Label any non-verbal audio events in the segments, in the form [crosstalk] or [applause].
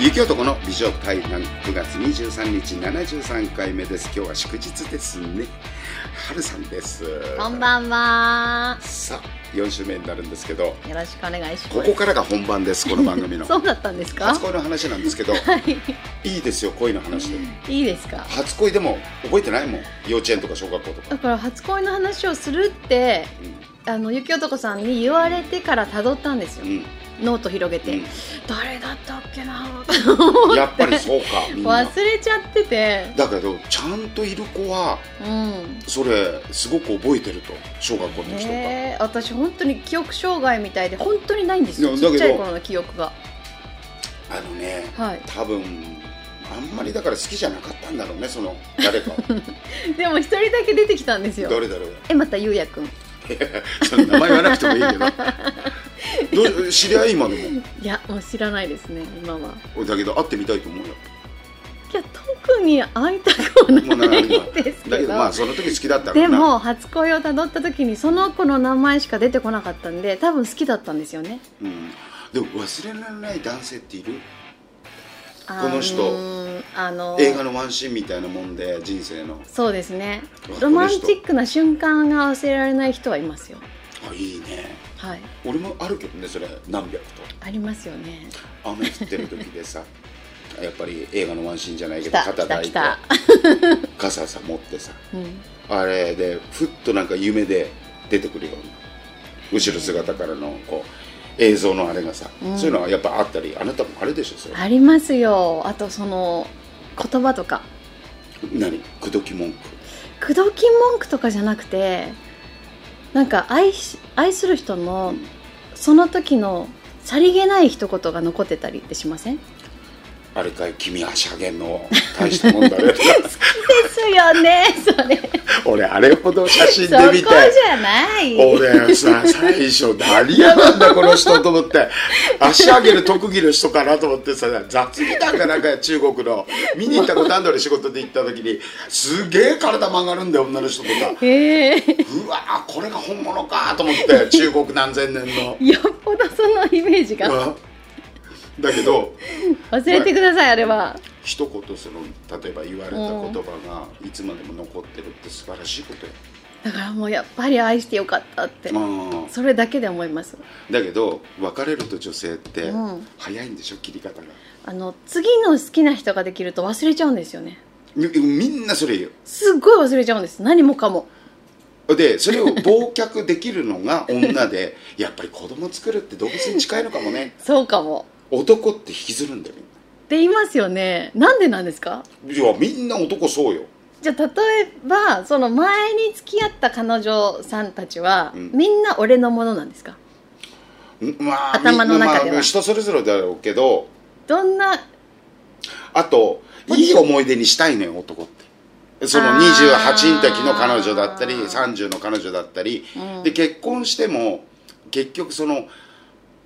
雪男の美女対談9月23日73回目です今日は祝日ですね春さんですこんばんは。さあ4週目になるんですけどよろしくお願いします。ここからが本番ですこの番組の [laughs] そうだったんですか初。恋の話なんですけどいいですよ恋の話でいいですか。初恋でも覚えてないもん幼稚園とか小学校とかだから初恋の話をするってあの雪男さんに言われてから辿ったんですうよ。ん、ノート広げて、う誰だったっけな。ん、やっぱりそうか [laughs] みんな忘れちゃってて。だけどちゃんといる子はうん。それすごく覚えてると小学校の時とか、ねえ私本当に記憶障害みたいで本当にないんですいよやちだけっどちゃい頃の記憶があのねはい多分あんまりだから好きじゃなかったんだろうねそ [laughs] の誰かをでも一人だけ出てきたんですよ誰だろうえまたゆうやくんその名前言わなくてもいいけ [laughs] どどう知り合い今でもいやもう知らないですね今は俺だけど会ってみたいと思う [laughs] よいや特に会いたくはないんですけだけどどまあその時好きだったからでなも初恋をたどった時にその子の名前しか出てこなかったんで多分好きだったんですよねうん、でも忘れられない男性っているあこの人うんあの映画のワンシーンみたいなもんで人生のそうですねわロマンチックな瞬間が忘れられない人はいますよあいいねはい俺もあるけどねそれ何百とありますよね雨降ってる時で [laughs] さやっぱり映画のワンシーンじゃないけ来どた肩来抱たい来てた、 [laughs] 傘さ持ってさうん、あれでふっとなんか夢で出てくるような後ろ姿からのこう映像のあれがさ、うんそういうのはやっぱあったりあなたもあれでしょそれ、ありますよあとその言葉とか何口説き文句口説き文句とかじゃなくてなんか愛し愛する人のうんその時のさりげない一言が残ってたりってしませんであれかい君はしゃげんの大したもんだね [laughs] すよねそれ俺あれほど写真そでこ見じてゃない俺さ最初何やなんだこの人と思って足上げる特技の人かなと思ってさ雑技団かなんか中国の見に行ったことあんのに仕事で行った時にすげえ体曲がるんだよ女の人とかええうわーこれが本物かと思っ [laughs] て中国何千年のよっぽどそのイメージうがわだけど忘れてくださいあれは一言その例えば言われた言葉がいつまでも残ってるって素晴らしいことよだからもうやっぱり愛してよかったってうんそれだけで思いますだけど別れると女性ってうん早いんでしょ切り方があの次の好きな人ができると忘れちゃうんですよねみみんなそれ言すっごい忘れちゃうんです何もかもうでそれを忘却できるの [laughs] が女でやっぱり子供作るって動物に近いのかもねそうかも男って引きずるんだよって言いますよねなんでなんですかみんないやみんな男そうよじゃあ例えばその前に付き合った彼女さんたちは、うんみんな俺のものなんですかんまあ頭の中ではみんなまあ人それぞれだろうけどどんなあといい思い出にしたいね男ってそのあー28の時の彼女だったり30の彼女だったり、うんで結婚しても結局その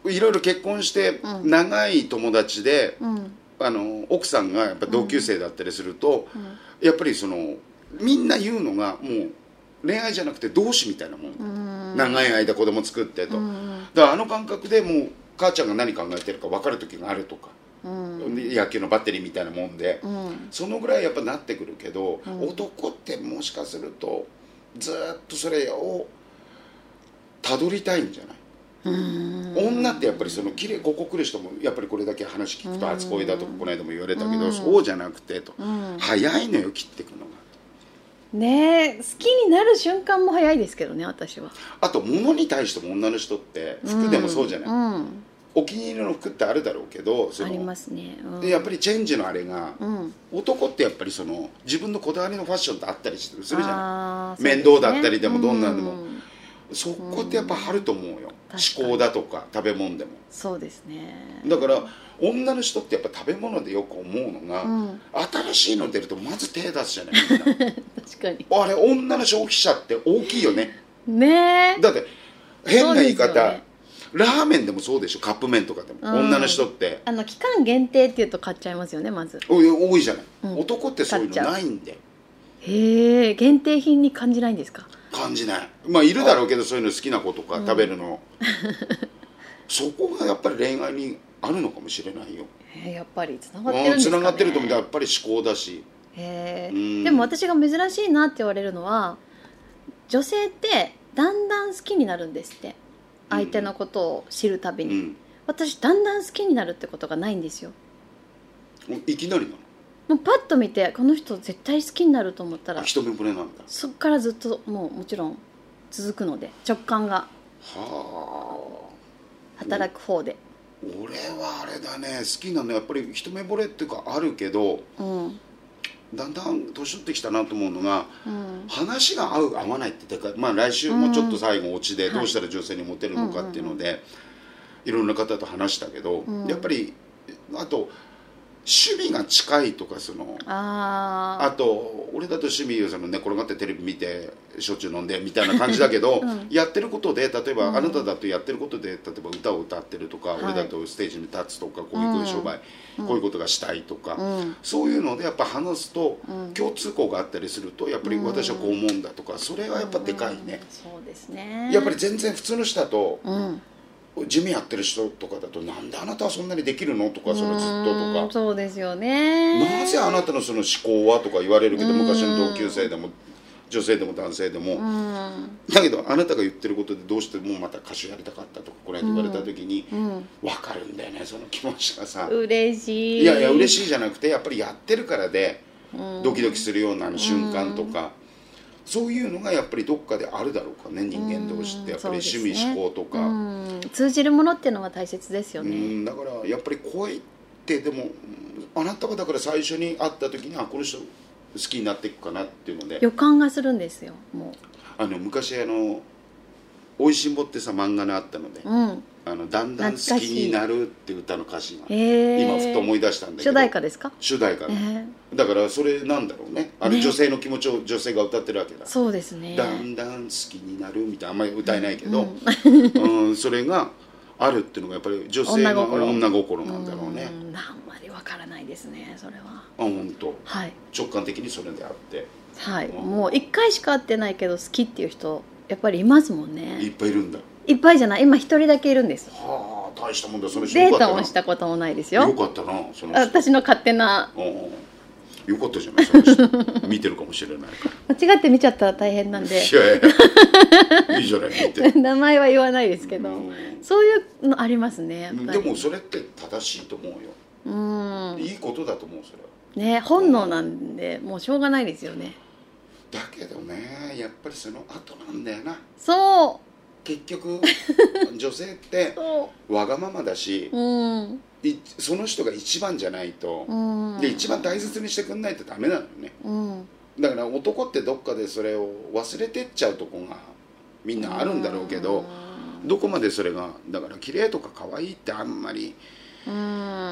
いろいろ結婚してうん長い友達で、うんうんあの奥さんがやっぱ同級生だったりすると、やっぱりそのみんな言うのがもう恋愛じゃなくて同志みたいなもん、うん長い間子供作ってと、うんだからあの感覚でもう母ちゃんが何考えてるか分かる時があるとか、うんで野球のバッテリーみたいなもんで、うんそのぐらいやっぱなってくるけど、うん男ってもしかするとずーっとそれをたどりたいんじゃない、うん女ってやっぱりその綺麗ここ来る人もやっぱりこれだけ話聞くとうん初恋だとかこの間も言われたけど、うんそうじゃなくてと、うん早いのよ切っていくのがねえ好きになる瞬間も早いですけどね私はあと物に対しても女の人って服でもそうじゃない、んうんお気に入りの服ってあるだろうけどそあのりますね、うん、でやっぱりチェンジのあれが、うん男ってやっぱりその自分のこだわりのファッションってあったりするじゃないあー面倒だったりでそもうすねどんなんでもうんそこってやっぱ張ると思うよ確かに思考だとか食べ物でもそうですねだから女の人ってやっぱ食べ物でよく思うのが、うん新しいの出るとまず手出すじゃないみんな確かに [laughs] あれ女の消費者って大きいよねねえだって変な言いそうです方、よねラーメンでもそうでしょカップ麺とかでも、うん女の人ってあの期間限定っていうと買っちゃいますよねまずおい多いじゃない、うん男ってそういうの買っちゃうないんでへえ限定品に感じないんですか感じないまあいるだろうけどそういうの好きな子とか食べるの、そこがやっぱり恋愛にあるのかもしれないよえーやっぱりつながってるんうんですつか、なね、がってると思うんだやっぱり思考だしへえうんでも私が珍しいなって言われるのは女性ってだんだん好きになるんですって相手のことを知るたびうに、ん私だんだん好きになるってことがないんですよいきなりなのもうパッと見てこの人絶対好きになると思ったらあ一目惚れなんだそっからずっともうもちろん続くので直感がはあ働く方で俺はあれだね好きなのやっぱり一目惚れっていうかあるけどうんだんだん年取ってきたなと思うのがうん話が合う合わないってでかい、まあ、来週もちょっと最後オチでうんどうしたら女性にモテるのかっていうので、いろんな方と話したけど、うんやっぱりあと趣味が近いとかそのああと俺だと趣味その寝転がってテレビ見てしょっちゅう飲んでみたいな感じだけど、うんやってることで例えば、うんあなただとやってることで例えば歌を歌ってるとか、はい俺だとステージに立つとかこういうこういう商売、うんこういうことがしたいとか、あうんそういうのでやっぱ話すと、うん共通項があったりするとやっぱり私はこう思うんだとか、それがやっぱでかいねう、んそうですねやっぱり全然普通の人だとうん地味やってる人とかだとなんであなたはそんなにできるのとかそのずっうとんとかそうですよねなぜあなたのその思考はとか言われるけどうん昔の同級生でも女性でも男性でも、うんだけどあなたが言ってることでどうしてもまた歌手やりたかったとかこれ言われた時にうん分かるんだよねその気持ちがさ。嬉しいいやいや嬉ししいじゃなくてやっぱりやってるからでうんドキドキするような瞬間とか、そういうのがやっぱりどっかであるだろうかね人間同士ってやっぱりうん趣味、そうですね思考とか、うん通じるものっていうのは大切ですようねんだからやっぱり恋ってでもうんあなたがだから最初に会った時にあこの人好きになっていくかなっていうので予感がするんですよもあの昔あの「おいしんぼ」ってさ漫画のあったのでう、うん、 「あのだんだん好きになる」って歌の歌詞がえー、今ふと思い出したんだけど初代歌ですか、主題歌えー、だからそれなんだろうねあれね女性の気持ちを女性が歌ってるわけだ、そうですねだんだん好きになるみたいなあんまり歌えないけど、うんうんそれがあるっていうのがやっぱり女性の女心女心なんだろうね、うんあんまりわからないですねそれはあ本当はい直感的にそれであってはいうんもう一回しか会ってないけど好きっていう人やっぱりいますもんいっねぱいいるんだいっぱいじゃない今一人だけいるんですはあ大したもんだその人デよかっーたトなもしたこともないですよよかったなその人私の勝手なうんうんよかったじゃないその人 [laughs] 見てるかもしれないから間違って見ちゃったら大変なんいでやいやい [laughs] やいいじゃない見て名前は言わないですけど、うんそういうのありますねやっぱでりもそれって正しいと思うよ、うんいいことだと思うそれはね本能なんでもうしょうがないですよねだけどねやっぱりその後なんだよなそ結 [laughs] 局女性ってうそわがままだしううんいその人が一番じゃないと、うんで一番大切にしてくんないとダメなのよねうんだから男ってどっかでそれを忘れてっちゃうとこがみんなあるんだろうけどどこまでそれがだから綺麗とか可愛いってあんまりうん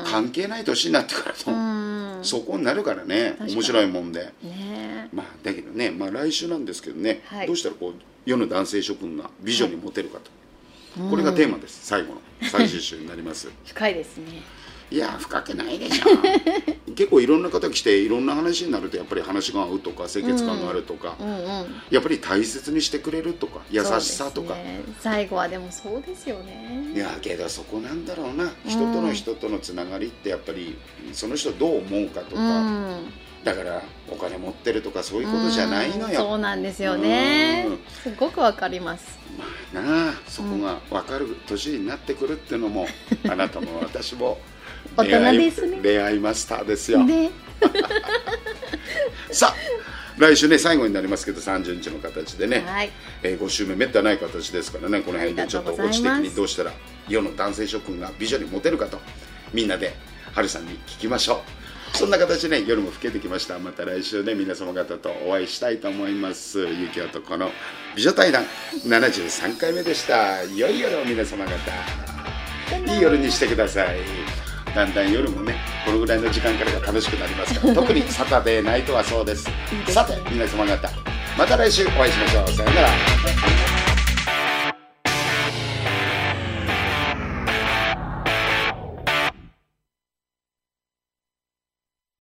関係ない年になってからと、うんそこになるからねかに面白いもんでねまあだけどね、まあ、来週なんですけどね、はいどうしたらこう世の男性諸君が美女にモテるかと、うんこれがテーマです最後 [laughs] の最終週になります深いですねいや深くない [laughs] でしょ結構いろんな方来ていろんな話になるとやっぱり話が合うとか清潔感があるとか、うんうんやっぱり大切にしてくれるとか優しさとか、そうですね最後はでもそうですよいねやけどそこなんだろうな人との人とのつながりってやっぱりその人どう思うかとうか、んだからお金持ってるとかそういうことじゃないのうんそよ、うなんですよねうんすごくわかりますまあなあそこが分かる年になってくるっていうのも、あなたも私も [laughs] 大人恋愛ですね恋愛マスターですよでさあ来週ね最後になりますけど30日の形でね、はいえー5週目めったない形ですからねこの辺でちょっと落ち的ありがとうございまにすどうしたら世の男性諸君が美女にモテるかとみんなで春さんに聞きましょうそんな形で、ね、夜も更けてきましたまた来週ね皆様方とお会いしたいと思いますゆきおとこの美女対談73回目でした良い夜を皆様方いい夜にしてくださいだんだん夜もねこのぐらいの時間からが楽しくなりますから特にサタデーナイトはそうですいいですねさて皆様方また来週お会いしましょうさよなら